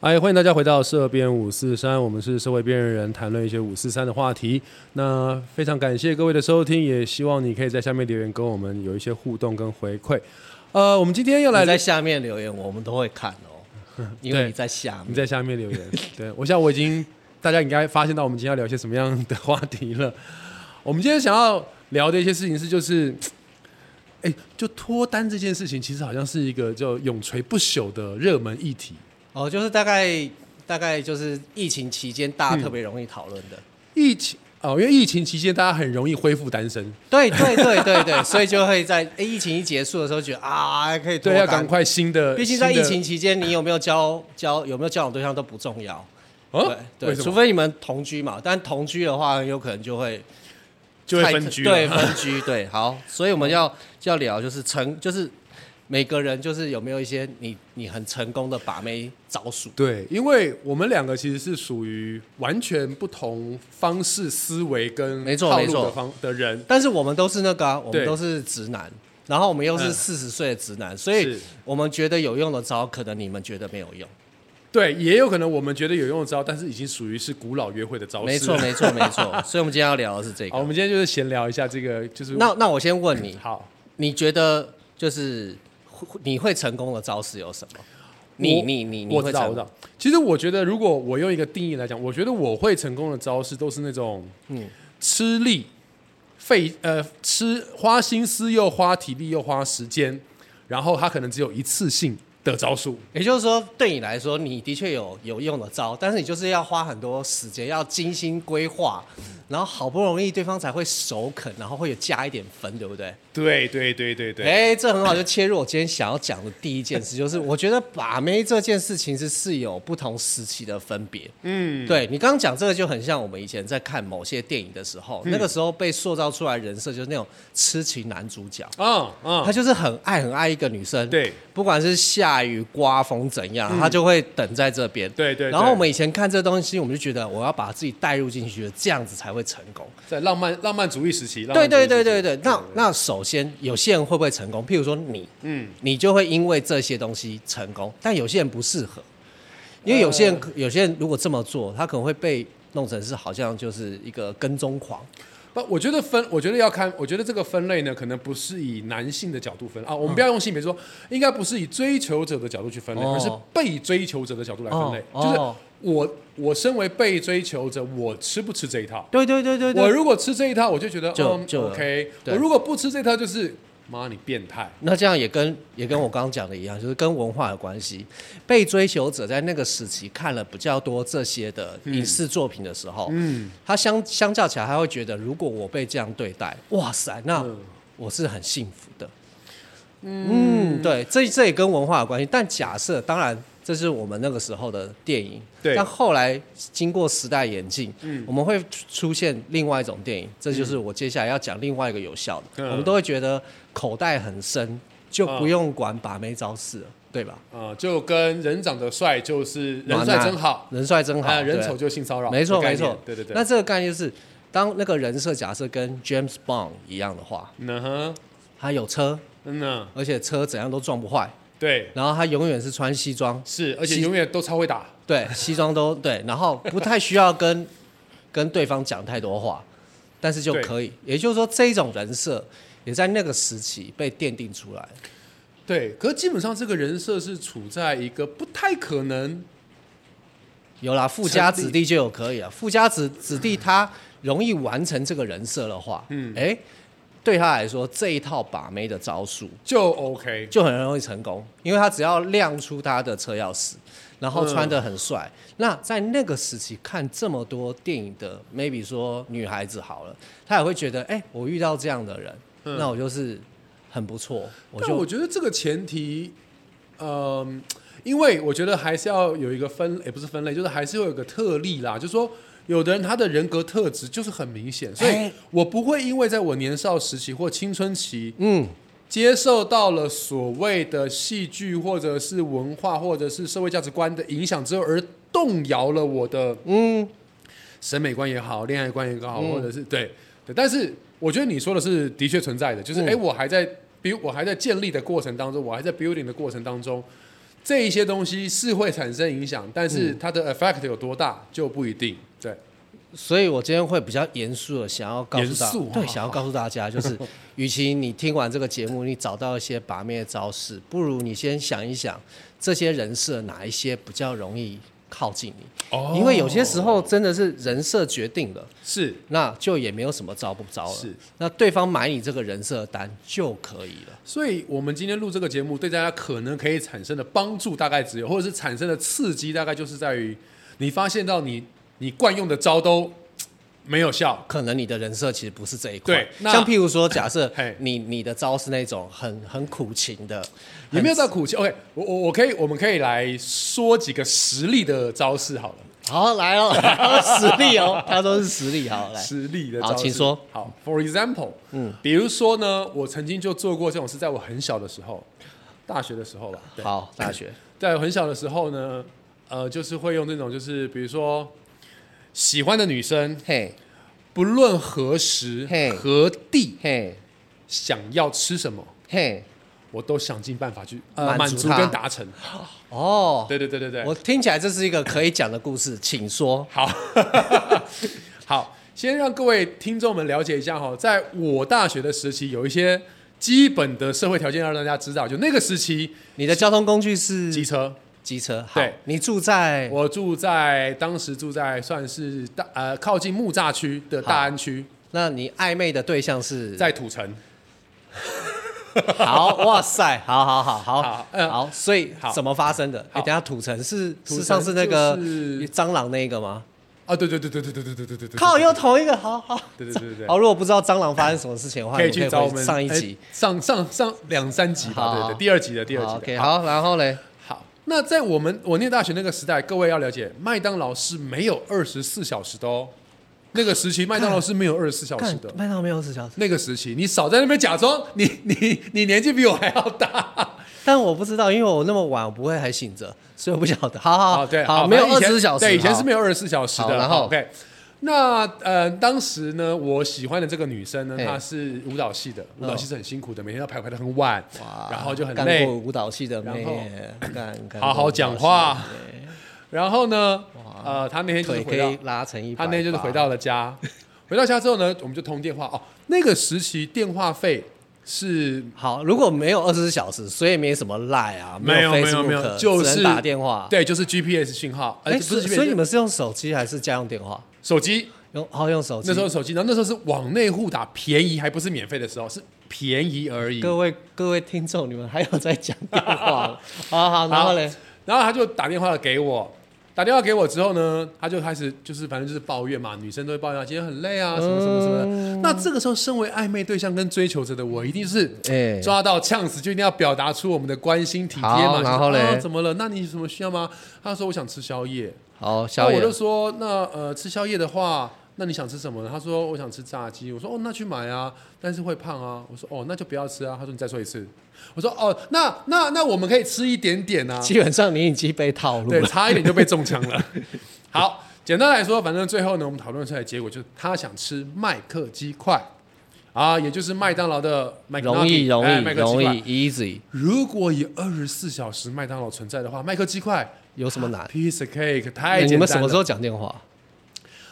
哎，欢迎大家回到社编五四三，我们是社会边缘人，谈论一些五四三的话题。那非常感谢各位的收听，也希望你可以在下面留言跟我们有一些互动跟回馈。呃，我们今天要来你在下面留言，我们都会看哦， 因为你在下你面。在下面留言。 对我想我已经大家应该发现到我们今天要聊些什么样的话题了。 我们今天想要聊的一些事情是，就是，哎，就脱单这件事情，其实好像是一个就永垂不朽的热门议题。哦，就是大概大概就是疫情期间大家特别容易讨论的。疫情哦，因为疫情期间大家很容易恢复单身， 对对对对对，所以就会在诶疫情一结束的时候，觉得啊可以脱对，单要赶。快新的。毕竟在新疫的情期间，你有没有交交有没有交往对象都不重要。哦，对为对，什除么非你们同居嘛，但同居的话，很有可能就会就会太分居了？对，分居，哦对，好，所以我们要就要聊就是成，就是每个人就是有没有一些你你很成功的把妹招数。对，因为我们两个其实是属于完全不同方式、思维跟没错套没路错的方的人，但是我们都是那个、啊，我对们都是直男，然后我们又是嗯四十岁的直男，所以是我们觉得有用的招，可能你们觉得没有用。对，也有可能我们觉得有用的招，但是已经属哦于是古老约会的招式。没错，没错，没 错。所以我们今天要聊的是这好，我个。们今天就是闲聊一下这个，就是那那我先问你，好，你觉得就是你会成功的招式有什么？你我你你你我知会道，我成知功？道。其实我觉得，如果我用一个定义来讲，我觉得我会成功的招式都是那种嗯，吃力、费呃吃花心思又花体力又花时间，然后它可能只有一次性的招数。也就是说，对你来说，你的确有有用的招，但是你就是要花很多时间，要精心规划，然后好不容易对方才会首肯，然后会有加一点分，对不对？对对对对对，哎、这很好，就切入我今天想要讲的第一件事，就是我觉得把妹这件事情是是有不同时期的分别。嗯，对你刚刚讲这个就很像我们以前在看某些电影的时候，嗯那个时候被塑造出来人设就是那种痴情男主角，啊他啊，就是很爱很爱一个女生，对，嗯不管是下雨、刮风怎样，他就会等在这边。对对对然后我们以前看这东西，我们就觉得我要把自己带入进去，这样子才会成功。在浪漫浪漫主义时期，浪对漫主义对时期对对对，那那首先有些人会不会成功？譬如说你，嗯，你就会因为这些东西成功，但有些人不适合，因为有些人、有些人如果这么做，他可能会被弄成是好像就是一个跟踪狂。不，我觉得分，我觉得要看，我觉得这个分类呢，可能不是以男性的角度分啊，我们不要用性别说，应该不是以追求者的角度去分类，嗯哦而是被追求者的角度来分类，哦哦就是我我身为被追求者，我吃不吃这一套？对对对对我对，如果吃这一套，我就觉得就嗯就 OK；对我如果不吃这一套，就是妈你变态。那这样也跟也跟我刚刚讲的一样，就是跟文化有关系。被追求者在那个时期看了比较多这些的影视作品的时候，嗯，他相相较起来，他会觉得如果我被这样对待，哇塞，那我是很幸福的。嗯，对，这这也跟文化有关系。但假设，当然这是我们那个时候的电影，对但后来经过时代演进，嗯，我们会出现另外一种电影，这就是我接下来要讲另外一个有效的。嗯我们都会觉得口袋很深，就不用管把妹招式了，对吧？啊、就跟人长得帅就是人帅真好，人帅真好，啊，人对丑就性骚扰，没错这概没念错，对对对。那这个概念就是，当那个人设假设跟 James Bond 一样的话，嗯哼，他有车，嗯呢，而且车怎样都撞不坏，对，然后他永远是穿西装， 是，而且永远都超会打，对，西装都对，然后不太需要跟 跟对方讲太多话，但是就对可以。也就是说，这种人设也在那个时期被奠定出来。对。可是基本上这个人设是处在一个不太可能，有啦，富家成立子弟就有可以了。啊富家子子弟他容易完成这个人设的话，嗯，哎，对他来说这一套把妹的招数就 OK。就很容易成功，因为他只要亮出他的车钥匙，然后穿得很帅。那在那个时期看这么多电影的，maybe 说女孩子好了，她也会觉得，哎、我遇到这样的人，那我就是很不错，我但就我觉得这个前提，嗯、因为我觉得还是要有一个分，也不是分类，就是还是会有一个特例啦，就是说。有的人他的人格特质就是很明显，所以哎我不会因为在我年少时期或青春期嗯，接受到了所谓的戏剧或者是文化或者是社会价值观的影响之后，而动摇了我的嗯审美观也好，恋爱观也好，嗯或者是对对。但是我觉得你说的是的确存嗯在的，就是哎、诶我还在比我还在建立的过程当中，我还在 building 的过程当中，这一些东西是会产生影响，但是嗯它的 effect 有多大就不一定。对，所以我今天会比较严肃的，想要告诉大严肃对，好想要告诉大家，就是，与其你听完这个节目，你找到一些把灭招式，不如你先想一想，这些人设哪一些比较容易靠近你，哦因为有些时候真的是人设决定了。是那就也没有什么招不招了。是，那对方买你这个人设的单就可以了。所以，我们今天录这个节目，对大家可能可以产生的帮助，大概只有，或者是产生的刺激，大概就是在于你发现到你你惯用的招都嘖没有效，可能你的人设其实不是这一块。对那像譬如说，假设嘿你你的招是那种很很苦情的，也没有到苦情。OK，我我我可以，我们可以来说几个实力的招式好了，好 来哦，来哦实力哦，他说是实力，好来。实力的招式。好请说。好，For example，嗯，比如说呢，我曾经就做过这种事，在我很小的时候，大学的时候吧。对好，大学在我很小的时候呢，呃，就是会用那种，就是比如说喜欢的女生。嘿不论何时嘿何地，嘿想要吃什么，嘿，我都想尽办法去满呃足满足他跟达成。哦，对对对对对，我听起来这是一个可以讲的故事，请说。好 好，先让各位听众们了解一下哈，在我大学的时期，有一些基本的社会条件要让大家知道。就那个时期，你的交通工具是机车，机车，好对，你住在我住在当时住在算是大呃靠近木栅区的大安区，那你暧昧的对象是在土城。 好，哇塞，好好好好好嗯好，所以好怎么发生的？好你等一下土城是土是城上次那个就是蟑螂那个吗？啊，对对对对对对对对对对对，靠，又同一个，好好。对对对对对。好，如果不知道蟑螂发生什么事情的话，可以你去找我回们上一哎集。上上上两三集吧，好对好对，第二集的第二集好的。 OK，好，然后嘞，好，那在我们我念大学那个时代，各位要了解，麦当劳是没有二十四小时的哦。那个时期，麦当劳是没有二十四小时看的。麦当劳没有二十小时，那个时期，你少在那边假装你你你年纪比我还要大。但我不知道，因为我那么晚，我不会还醒着，所以我不晓得。好好哦，对，好，反没有正二以前十小时，对，以前好是没有二十四小时好的。然后好 OK，那呃，当时呢，我喜欢的这个女生呢，嘿哦她是舞蹈系的，舞蹈系是很辛苦的，每天要排排到很晚，啊然后就很干累过，舞蹈系的然后妹，干干好好过舞蹈讲系话的妹然后呢，呃，他那天就是腿可回到以，拉成一，他那天就是回。到了家，回到家之后呢，我们就通电话哦。那个时期电话费是好，如果没有二十四小时，所以没什么赖啊，没有有 Facebook，没有没有，就只是能打电话。，对，就是 GPS 讯号，呃，哎，不所是以所以你 GPS，们是用手机还是家用电话？手机用好用手机。那时候手机，然后那时候是往内户打，便宜还不是免费的时候，是便宜而已。各位各位听众，你们还有在讲电 话吗？好好，然后嘞，然后他就打电话给我，打电话给我之后呢，他就开始就是反正就是抱怨嘛，女生都会抱怨啊今天很累嗯啊，什么什么什么的。那这个时候，身为暧昧对象跟追求者的我，一定是哎抓到呛死，就一定要表达出我们的关心体贴好嘛。然后就是嘞啊怎么了？那你有什么需要吗？他说我想吃宵夜，好，小那我野就说那呃吃宵夜的话。那你想吃什么呢？他说我想吃炸鸡。我说哦，那去买啊，但是会胖啊。我说哦，那就不要吃啊。他说你再说一次。我说哦，那那那我们可以吃一点点啊。基本上你已经被套路对，了。差一点就被中枪 了。好，简单来说，反正最后呢，我们讨论出来的结果就是他想吃麦克鸡块啊，也就是麦当劳的麦克容易容易麦克鸡容易块。 easy，如果以二十四小时麦当劳存在的话，麦克鸡块有什么难？ piece of cake 太哎啊你简单了。们什么时候讲电话？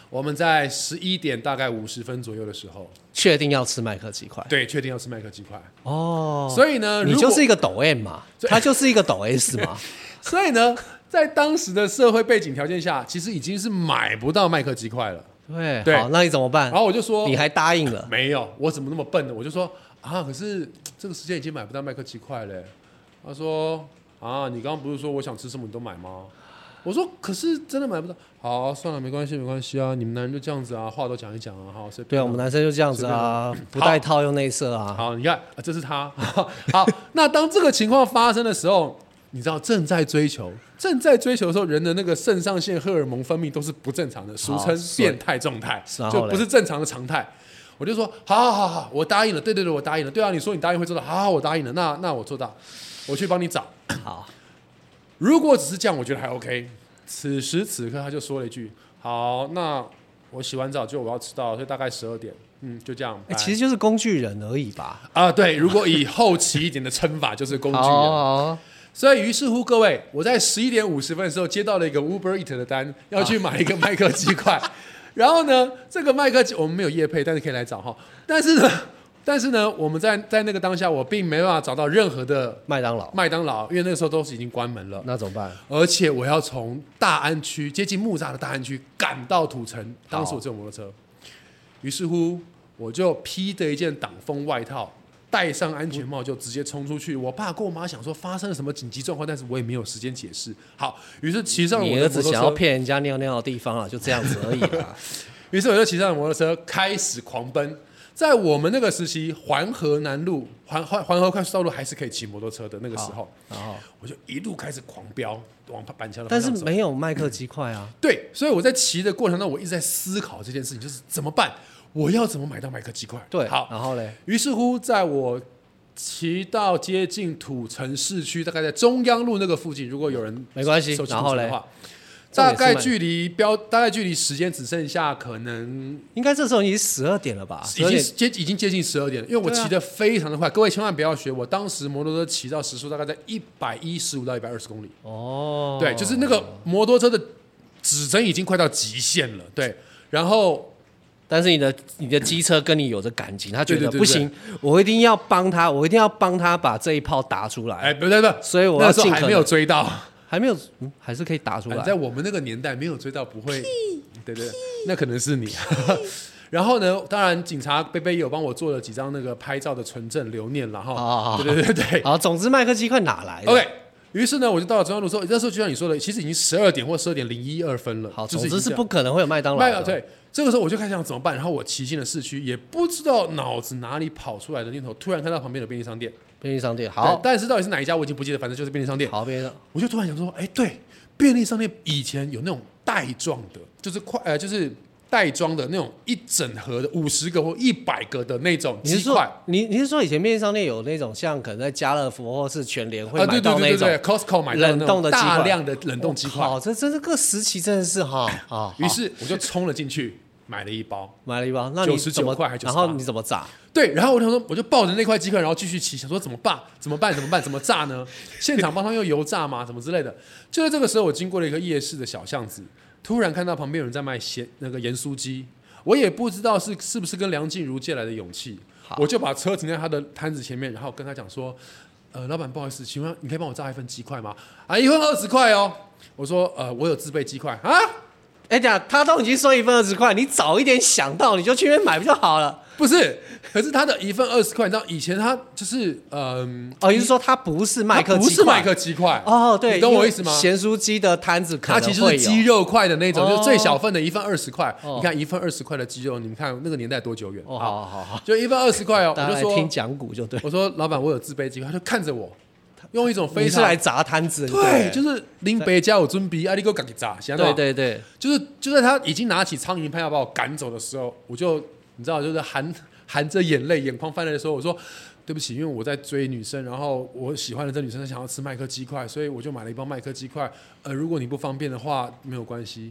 我们在十一点大概五十分左右的时候，确定要吃麦克鸡块？对，确定要吃麦克鸡块。哦，所以呢，你如就果是一个抖 M 嘛，他就是一个抖 S 嘛。所以呢，在当时的社会背景条件下，其实已经是买不到麦克鸡块了。对，对好，那你怎么办然？后我就说，啊你还答应了。没有，我怎么那么笨呢？我就说啊，可是这个时间已经买不到麦克鸡块嘞。他说啊，你刚刚不是说我想吃什么你都买吗？我说可是真的买不到。好，算了，没关系，没关系啊，你们男人就这样子啊，话都讲一讲啊，好，随对便啊，啊我们男生就这样子啊，不带套用内射啊。好，你看，啊这是他。 好，那当这个情况发生的时候，你知道正在追求，正在追求的时候，人的那个肾上腺荷尔蒙分泌都是不正常的，俗称所以变态状态然，后就嘞不是正常的常态。我就说，好好好好，我答应了，对对对，我答应了，对啊，你说你答应会做到，好好，我答应了，那那我做到，我去帮你找。好，如果只是这样，我觉得还 OK。此时此刻，他就说了一句：“好，那我洗完澡就我要迟到，所以大概十二点，嗯，就这样。拜哎其实就是工具人而已吧。啊，对，如果以后期一点的称法，就是工具人。好，所以于是乎，各位，我在十一点五十分的时候接到了一个 Uber Eat 的单，要去买一个麦克鸡块。然后呢，这个麦克鸡我们没有业配，但是可以来找哈。但是呢，但是呢，我们在在那个当下，我并没办法找到任何的麦当劳，麦当劳，因为那个时候都是已经关门了。那怎么办？而且我要从大安区接近木栅的大安区赶到土城，当时我只有摩托车，于是乎我就披着一件挡风外套，戴上安全帽就直接冲出去。我爸跟我妈想说发生了什么紧急状况，但是我也没有时间解释。好，于是骑上你我儿的子摩想要托车，骗人家尿尿的地方啊，就这样子而已 啊啦。于是我就骑上摩托车开始狂奔。在我们那个时期，环河南路、环环环河快速道路还是可以骑摩托车的那个时候，然后，我就一路开始狂飙往板桥的方哦但是向走。没有麦克鸡块啊。对，所以我在骑的过程当中，我一直在思考这件事情，就是怎么办？我要怎么买到麦克鸡块？对，好。然后嘞，于是乎，在我骑到接近土城市区，大概在中央路那个附近，如果有人没关系手机然后的嘞话，重大点是概买距离标，大概距离时间只剩下可能应该这时候已经十二点了吧？已12经点接已经接近十二点了，因为我对啊骑得非常的快，各位千万不要学我，当时摩托车骑到时速大概在一百一十五到一百二十公里。哦，对，就是那个摩托车的指针已经快到极限了。对，然后但是你的你的机车跟你有着感情，他觉得对对对不行，我一定要帮他，我一定要帮他把这一炮打出来。哎，不对不对，所以我那要个时候尽还可没有能追到，还没有，嗯还是可以打出哎来。在我们那个年代没有追到不会，对对，那可能是你。 然后呢，当然警察贝贝也有帮我做了几张那个拍照的存证留念了好好哈。好对对对对啊好，哎总之麦克鸡块哪来的 OK。于是呢，我就到了中央路之后，那时候就像你说的，其实已经十二点或十二点零一二分了。好，就总已经之这是样不可能会有麦当劳麦的。当对，这个时候我就开始想怎么办，然后我骑进了市区，也不知道脑子哪里跑出来的念头，突然看到旁边有便利商店，便利商店但好但是到底是哪一家我已经不记得，反正就是便利商店。好便利商我就突然想说，哎，对，便利商店以前有那种袋装的，就是快呃就是袋装的那种一整盒的五十个或一百个的那种你是鸡说块。啊你你是说以前便利商店有那种像可能在家乐福或是全联会啊，买对对到对那对种对，Costco 买到那种冷冻的鸡块大量的冷冻鸡块，好，这这这个时期真的是哈啊，于好是我就冲了进去，买了一包。买了一包，那你99怎么块还是然98后你怎么炸？对，然后我就想说，我就抱着那块鸡块，然后继续骑，想说怎么办？怎么办？怎么办？怎么炸呢？现场帮他们用油炸吗？什么之类的。就在这个时候，我经过了一个夜市的小巷子，突然看到旁边有人在卖咸那个盐酥鸡，我也不知道是是不是跟梁静茹借来的勇气，我就把车停在他的摊子前面，然后跟他讲说，呃，老板不好意思，请问你可以帮我炸一份鸡块吗？啊，一份二十块哦。我说，呃，我有自备鸡块啊，哎，等一下他都已经说一份二十块，你早一点想到，你就去那边买不就好了？不是，可是他的一份二十块，你知道以前他就是，嗯、哦，你是说他不是麦克它鸡不块？是麦克鸡块哦，对，你懂因我为意思吗？咸酥鸡的摊子可它能其实会是有鸡肉块的那种，哦就是最小份的一份二十块。哦你看一份二十块的鸡肉，你们看那个年代多久远？哦，好好好，就一份二十块哦，大我家就来说听讲股就对。我说老板，我有自备鸡块，他就看着我，用一种非你是常来砸摊子的？对，就是是林北家有尊比，啊，你给我赶紧炸，想对对对，就是就在他已经拿起苍蝇拍要把我赶走的时候，我就你知道，就是含 含着眼泪，眼眶泛泪的时候，我说对不起，因为我在追女生，然后我喜欢的这女生她想要吃麦克鸡块，所以我就买了一包麦克鸡块。呃，如果你不方便的话，没有关系。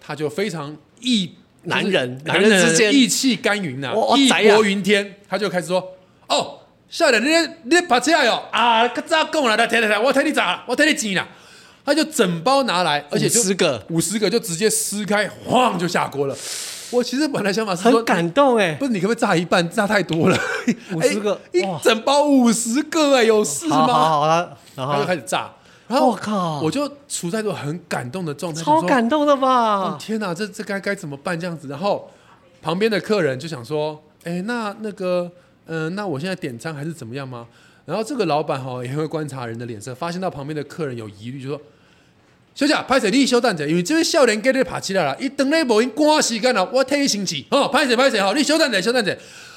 他就非常义男人就是男男人人之间义气干云呐、我我义知啊薄云天，他就开始说哦。下来，你你把这样哟啊！较早讲啦，来来来来，我替你炸，我替你煎啦。他就整包拿来，而且就50个五十个就直接撕开，晃就下锅了。我其实本来想法是说，很感动哎不。是你可不可以炸一半？炸太多 了， 50个哎哇一整包五十个哎、有事好好吗？好啊，然他就后开始炸，然后我靠我就处在一种很感动的状态，超想说感动的哦吧？天哪，这这该该怎么办这样子？然后旁边的客人就想说，哎，那那个，嗯、那我现在点餐还是怎么样吗？然后这个老板哈、也会观察人的脸色，发现到旁边的客人有疑虑，就说：“小姐，拍摄你稍等一下，因为这位少年给你爬起来了，伊等咧无因赶时间了，我替伊生气，哦，拍摄拍摄哈，你稍等一下，稍等一下。”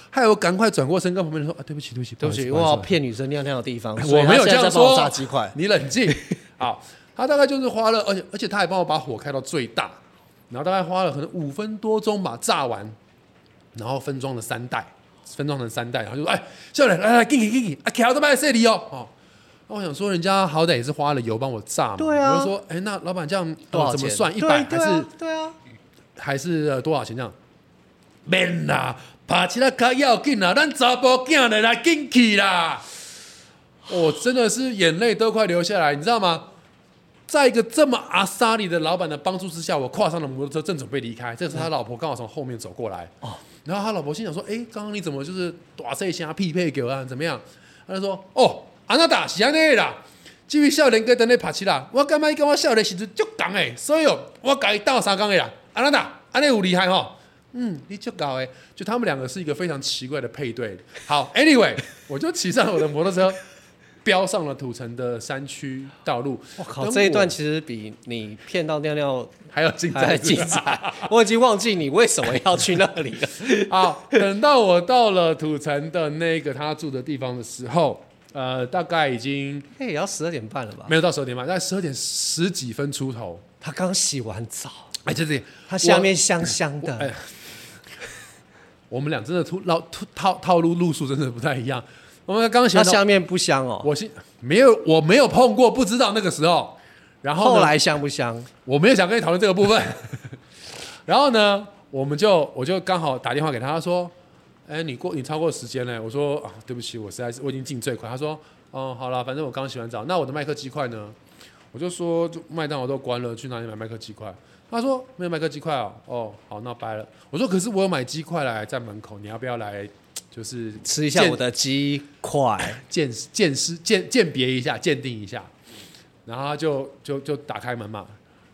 害我赶快转过身跟旁边人说：“啊，对不起，对不起，对不起，好意我思好要意思骗女生尿尿的地方，所我以没有这她现在样在帮我说，炸鸡块。你冷静。好，他大概就是花了，而且而且他还帮我把火开到最大，然后大概花了可能五分多钟吧，炸完，然后分装了三袋，分装成三袋，然后就说：“哎，笑脸，来来，给给给给，啊，调到麦这里哦。”哦，那我想说，人家好歹也是花了油帮我炸嘛，对啊我就说：“哎，那老板这样多少怎么钱算？一对百还对是啊对啊？还是、呃、多少钱这样？啊免啊啦，爬起来较要紧啦，咱查甫囝的来进去啦。我哦真的是眼泪都快流下来，你知道吗？在一个这么阿萨里的老板的帮助之下，我跨上了摩托车，正准备离开，这时候他老婆刚好从后面走过来，哦然后他老婆心想说：“哎，刚刚你怎么就是打这一下匹配给我啊？怎么样？”他就说：“哦，安娜达是安内啦，这位少年哥等你爬起啦，我感觉伊跟我少年时阵足讲诶，所以哦，我甲伊斗相共诶啦，安娜达安内有厉害吼、嗯，你就搞哎，就他们两个是一个非常奇怪的配对。好，anyway，我 就骑上我的摩托车， 飙上了土城的山区道路。我靠，等这一段其实比你骗到尿尿还有进还展精彩。 我已经忘记你为什么要去那里了。好，等到我到了土城的那个他住的地方的时候，呃，大概已经那也要十二点半了吧？没有到十点半，大概十二点十几分出头。他刚洗完澡，哎，就这里，他下面香香的。哎我们俩真的突老突套套路路数真的不太一样。我们刚刚它想到下面不香哦，我是没有，我没有碰过，不知道那个时候。然后呢后来香不香？我没有想跟你讨论这个部分。 然后呢，我们就我就刚好打电话给他，他说：“哎，你过你超过时间了。”我说：“啊，对不起，我实在是我已经尽最快。”他说：“哦、好了，反正我刚洗完澡，那我的麦克鸡块呢？”我就说：“就麦当劳都关了，去哪里买麦克鸡块？”他说：“没有麦克鸡块哦。”哦，好，那掰了。我说：“可是我有买鸡块来，在门口，你要不要来？就是吃一下见我的鸡块，鉴鉴识鉴鉴别一下，鉴定一下，然后他就就就打开门嘛，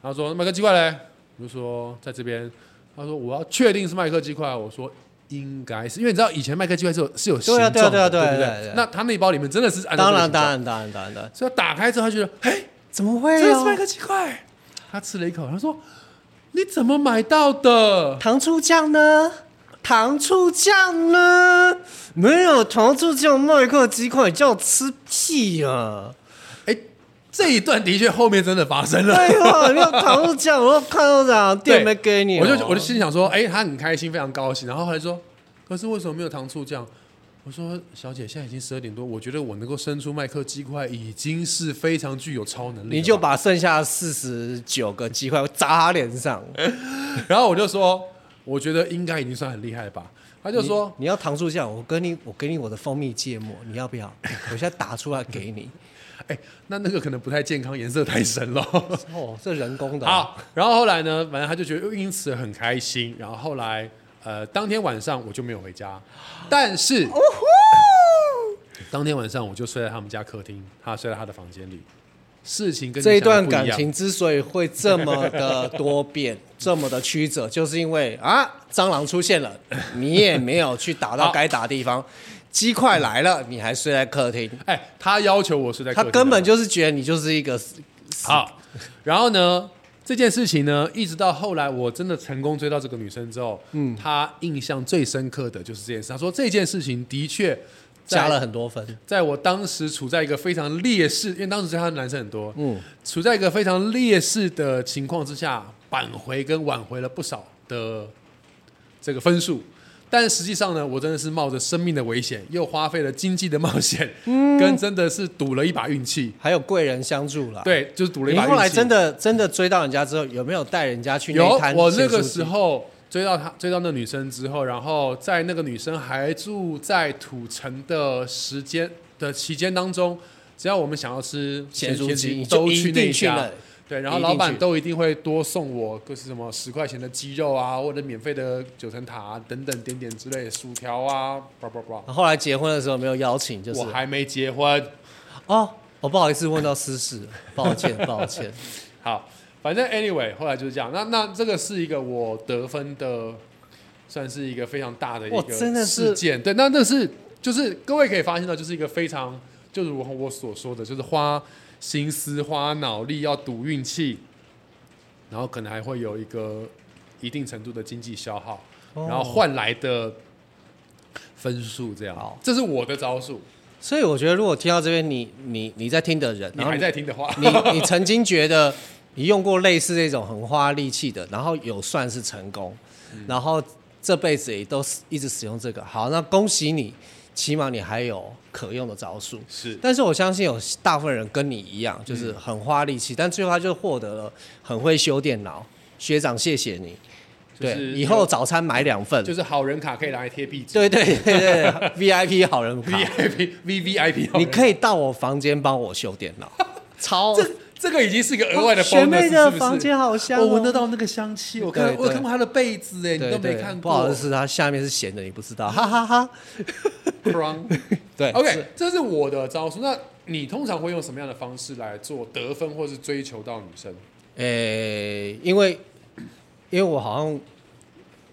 然后说麦克鸡块嘞，我就说在这边，他说我要确定是麦克鸡块，我说应该是因为你知道以前麦克鸡块是有是有形对啊状的，对啊对啊不对啊对啊那他那一包里面真的是按照这当个然形状当，然当然当然当然，所以他打开之后他觉得，嘿，怎么会哦真的是麦有克鸡块，他吃了一口，他说你怎么买到的？糖醋酱呢？糖醋酱呢？没有糖醋酱麦克鸡块，叫我吃屁啊！哎，这一段的确后面真的发生了。哎呦，你有糖醋酱，我都看到啥对店没给你我哦、就我就心想说，哎、他很开心，非常高兴。然后后来说，可是为什么没有糖醋酱？我说，小姐，现在已经十二点多，我觉得我能够生出麦克鸡块已经是非常具有超能力了。你就把剩下四十九个鸡块砸他脸上。 然后我就说，我觉得应该已经算很厉害了吧。他就说，你要糖醋酱，我跟你，我给你我的蜂蜜芥末，你要不要？我现在打出来给 你。哎、那那个可能不太健康，颜色太深了。哦，这人工的、好，然后后来呢，反正他就觉得因此很开心。然后后来，呃，当天晚上我就没有回哦家，但是，当天晚上我就睡在他们家客厅，他睡在他的房间里。事情跟你这一想的段不感样，情之所以会这么的多变，这么的曲折，就是因为啊，蟑螂出现了，你也没有去打到该打的地方，鸡块来了，你还睡在客 厅，哎，他要求我睡在客他厅，根本就是觉得你就是一个死好。然后呢，这件事情呢，一直到后来我真的成功追到这个女生之后，嗯，他印象最深刻的就是这件事。他说这件事情的确在加了很多分，在我当时处在一个非常劣势，因为当时追他的男生很多，嗯，处在一个非常劣势的情况之下，扳回跟挽回了不少的这个分数。但实际上呢，我真的是冒着生命的危险，又花费了经济的冒险，嗯跟真的是赌了一把运气。还有贵人相助了。，对，就是赌了一你把运气。后来真的真的追到人家之后，有没有带人家去有那一摊？我那个时，候追到她，追到那女生之后，然后在那个女生还住在土城的时间的期间当中，只要我们想要吃咸酥酥鸡都就一去那定去家了。对，然后一定老板去都一定会多送我，就是什么十块钱的鸡肉啊，或者免费的九层塔、啊、等等点点之类的薯条啊，叭叭叭。后来结婚的时候没有邀请，就是我还没结婚，哦，我不好意思问到 私事，抱歉抱歉。好，反正 anyway，后来就是这样。那那这个是一个我得分的，算是一个非常大的一哇真个的是事件。对，那那是就是各位可以发现到，就是一个非常就如我所说的，就是花心思、花脑力，要赌运气，然后可能还会有一个一定程度的经济消耗，哦然后换来的分数这样好。这是我的招数，所以我觉得，如果听到这边，你你你在听的人，你然后还在听的话，你你曾经觉得你用过类似这种很花力气的，然后有算是成功，嗯然后这辈子也都是一直使用这个。好，那恭喜你，起码你还有可用的招数。是但是我相信有大部分人跟你一样，就是嗯很花力气，但最后他就获得了很会修电脑。学长，谢谢你。就对，是以后早餐买两份，就是好人卡可以拿来贴壁纸对对对对 ，VIP 好人卡， ，VIP V V I P，哦你可以到我房间帮我修电 脑，超这这个已经是一个额外的 bonus，学妹是的不是房间好香哦，我闻得到那个香气，我看对对我看过她的被子哎，对，你都没对看过，不 好意思，它下面是咸的，你不知道，哈哈哈。 Crown 对 OK，这是我的招数。那你通常会用什么样的方式来做得分，或是追求到女生？诶、呃因为因为我好像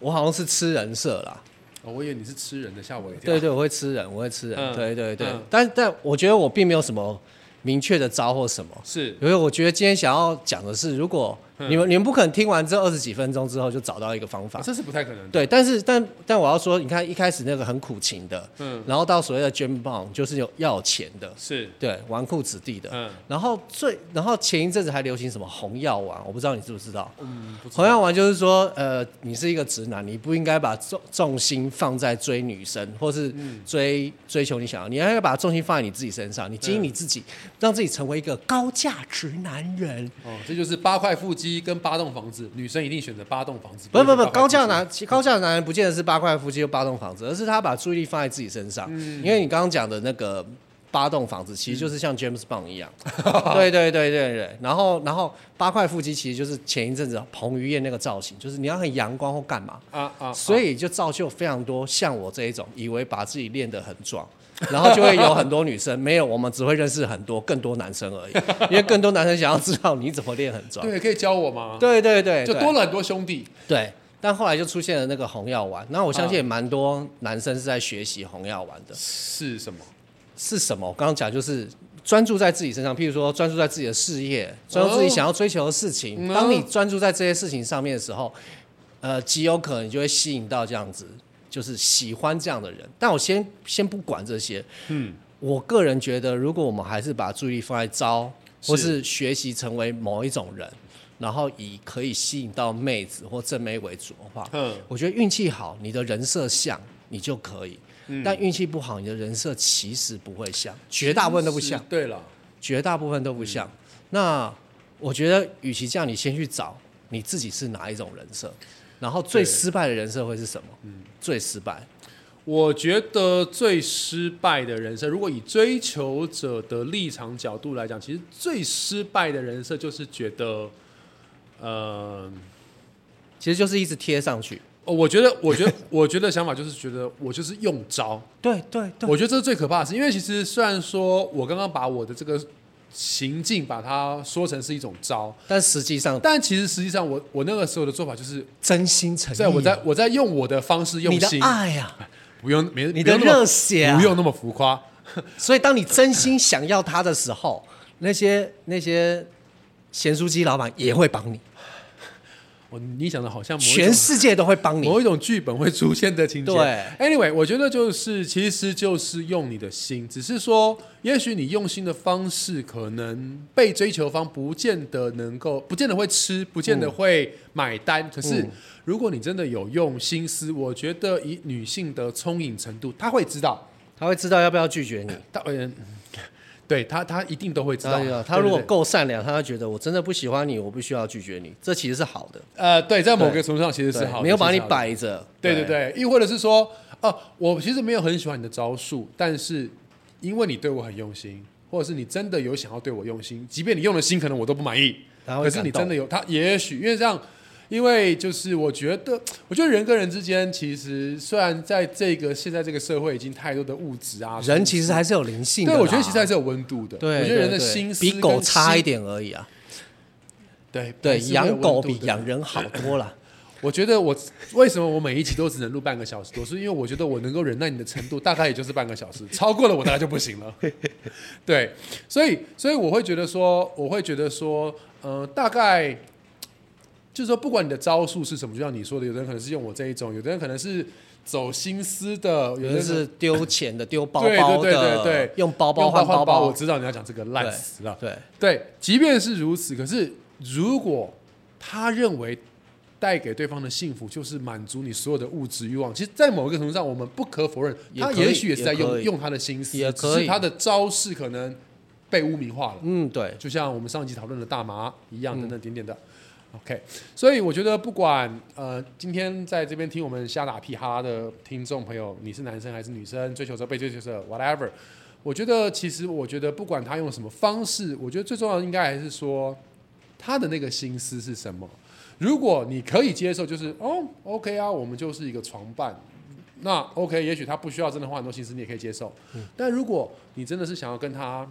我好像是吃人设啦，哦，我以为你是吃人的，吓我一跳。对对，我会吃人，我会吃人，啊嗯对对对，嗯但但我觉得我并没有什么明确的招或什么。是因为我觉得今天想要讲的是，如果嗯你们、你们不可能听完这二十几分钟之后就找到一个方法啊，，这是不太可能的。对，但是但但我要说，你看一开始那个很苦情的，嗯，然后到所谓的捐棒，就是有要有钱的，是，对，纨绔子弟的，嗯然后最然后前一阵子还流行什么红药丸，我不知道你知不知道，嗯，不红药丸就是说，呃，你是一个直男，你不应该把重重心放在追女生或是追、追求你想要，你应该把重心放在你自己身上，你经营你自己，让自己成为一个高价值男人。哦，这就是八块腹肌跟八栋房子，女生一定选择八栋房子。不不会不，选八块高价腹肌男高价男人不见得是八块腹肌又八栋房子，而是他把注意力放在自己身上。因为你刚刚讲的那个八栋房子，其实就是像 James Bond 一 样。对对对对对。然后然后八块腹肌其实就是前一阵子彭于晏那个造型，就是你要很阳光或干嘛，啊啊，所以就造就非常多像我这一种以为把自己练得很壮。 然后就会有很多女生，没有，我们只会认识很多更多男生而已， 因为更多男生想要知道你怎么练很壮。对，可以教我吗？， 对对对，就对多了很多兄弟。对，但后来就出现了那个红药丸，那我相信也蛮多男生是在学习红药丸的。是什么？是什么？我刚刚讲就是专注在自己身上，譬如说专注在自己的事业，专注自己想要追求的事情。嗯哦当你专注在这些事情上面的时候，呃，极有可能你就会吸引到这样子，就是喜欢这样的人。但我先先不管这些，嗯，我个人觉得，如果我们还是把注意力放在招，是或是学习成为某一种人，然后以可以吸引到妹子或正妹为主的话，嗯我觉得运气好，你的人设像你就可以。嗯但运气不好，你的人设其实不会像，绝大部分都不像是。，对了，绝大部分都不像。那我觉得，与其这样，你先去找你自己是哪一种人设，然后最对失败的人设会是什么？嗯最失败。我觉得最失败的人生，如果以追求者的立场角度来讲，其实最失败的人生就是觉得，呃，其实就是一直贴上去，哦我觉得，我 觉得，我觉得想法就是觉得我就是用招，对对对，我觉得这是最可怕的事，因为其实虽然说我刚刚把我的这个行径把它说成是一种招，但实际上但其实实际上我我那个时候的做法就是，真心诚意，啊在我在我在用我的方式用你的心，爱啊，不用没你的不用那么热血啊不，用那么浮夸，所以当你真心想要他的时候，那些那些咸酥鸡老板也会帮你，哦，你想的好像某一种全世界都会帮你。某一种剧本会出现的情节。对，anyway，我觉得就是其实就是用你的心，只是说，也许你用心的方式，可能被追求方不见得能够，不见得会吃，不见得会买单。嗯可是如果你真的有用心思，我觉得以女性的聪颖程度，她会知道，他会知道要不要拒绝你。她嗯，对她她一定都会知道哎呀，。他对如果对对够善良，他会觉得我真的不喜欢你，我不需要拒绝你，这其实是好的，呃，对，在某个程度上其实对是好的，没有把其实你是好的摆着。对对，对，亦或者是说，哦、我其实没有很喜欢你的招数，但是因为你对我很用心，或者是你真的有想要对我用心，即便你用的心可能我都不满意，他会可是你真感动的有他，也许因为这样，因为就是我觉得，我觉得人跟人之间，其实虽然在这个现在这个社会已经太多的物质啊，人其实还是有灵性的啦。对我觉得其实还是有温度的，对，我觉得人的对对心思比狗跟差一心，点而已啊。对对，还是会有养狗温度比的养人好多 了。我觉得我为什么我每一集都只能录半个小时多，是因为我觉得我能够忍耐你的程度大概也就是半个小时，超过了我大概就不行了。 对，所以所以我会觉得说，我会觉得说，呃，大概就是说，不管你的招数是什么，就像你说的，有的人可能是用我这一种，有的人可能是走心思的，有有的人的是丢钱的，丢包包的，对对对对对用包包用换换包我知道你要讲这个烂死了。对，对，即便是如此，可是如果他认为带给对方的幸福就是满足你所有的物质欲望，其实，在某一个程度上，我们不可否认，也他可以也许也是在也可用以用他的心思，也只可是以他的招式可能被污名化了，嗯对，就像我们上一集讨论的大麻一样，等等点点的。 OK，所以我觉得不管呃，今天在这边听我们瞎打屁哈拉的听众朋友，你是男生还是女生，追求者被追求者，whatever，我觉得其实我觉得不管他用什么方式，我觉得最重要的应该还是说他的那个心思是什么。如果你可以接受，就是哦，OK 啊，我们就是一个床伴。那 OK，也许他不需要真的花很多心思，你也可以接受。但如果你真的是想要跟他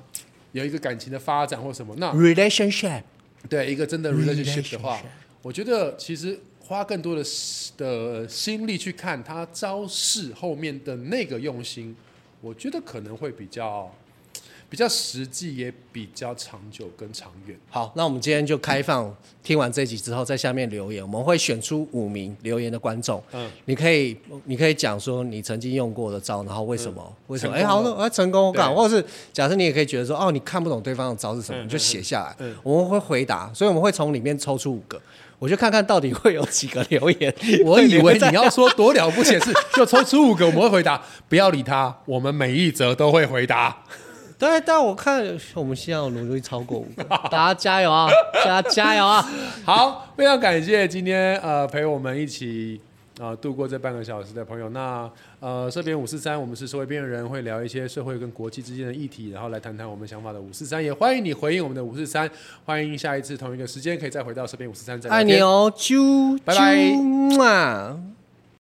有一个感情的发展或什么，那 relationship 对一个真的 relationship 的话 Relationship，我觉得其实花更多的时的心力去看他招式后面的那个用心，我觉得可能会比较比较实际，也比较长久跟长远。好，那我们今天就开放，听完这集之后，在下面留言，我们会选出五名留言的观众。嗯嗯，你可以，你可以讲说你曾经用过的招，然后为什么？为什么？哎、成好功了了，哎，成功感，对或者是假设你也可以觉得说，哦，你看不懂对方的招是什么，你就写下来，嗯我们会回答，所以我们会从里面抽出五个，我就看看到底会有几个留 言。 我以为你要。要说多了不起的事，就抽出五个，我们会回答。不要理他，我们每一则都会回答。对，但我看我们现在有容易超过五个， 大家加油啊！大家加油 啊！好，非常感谢今天呃陪我们一起呃度过这半个小时的朋友。那呃，社编五四三，我们是社会边缘人，会聊一些社会跟国际之间的议题，然后来谈谈我们想法的五四三。也欢迎你回应我们的五四三，欢迎哦下一次同一个时间可以再回到社编五四三再聊爱天你哦，啾，拜拜啾嘛。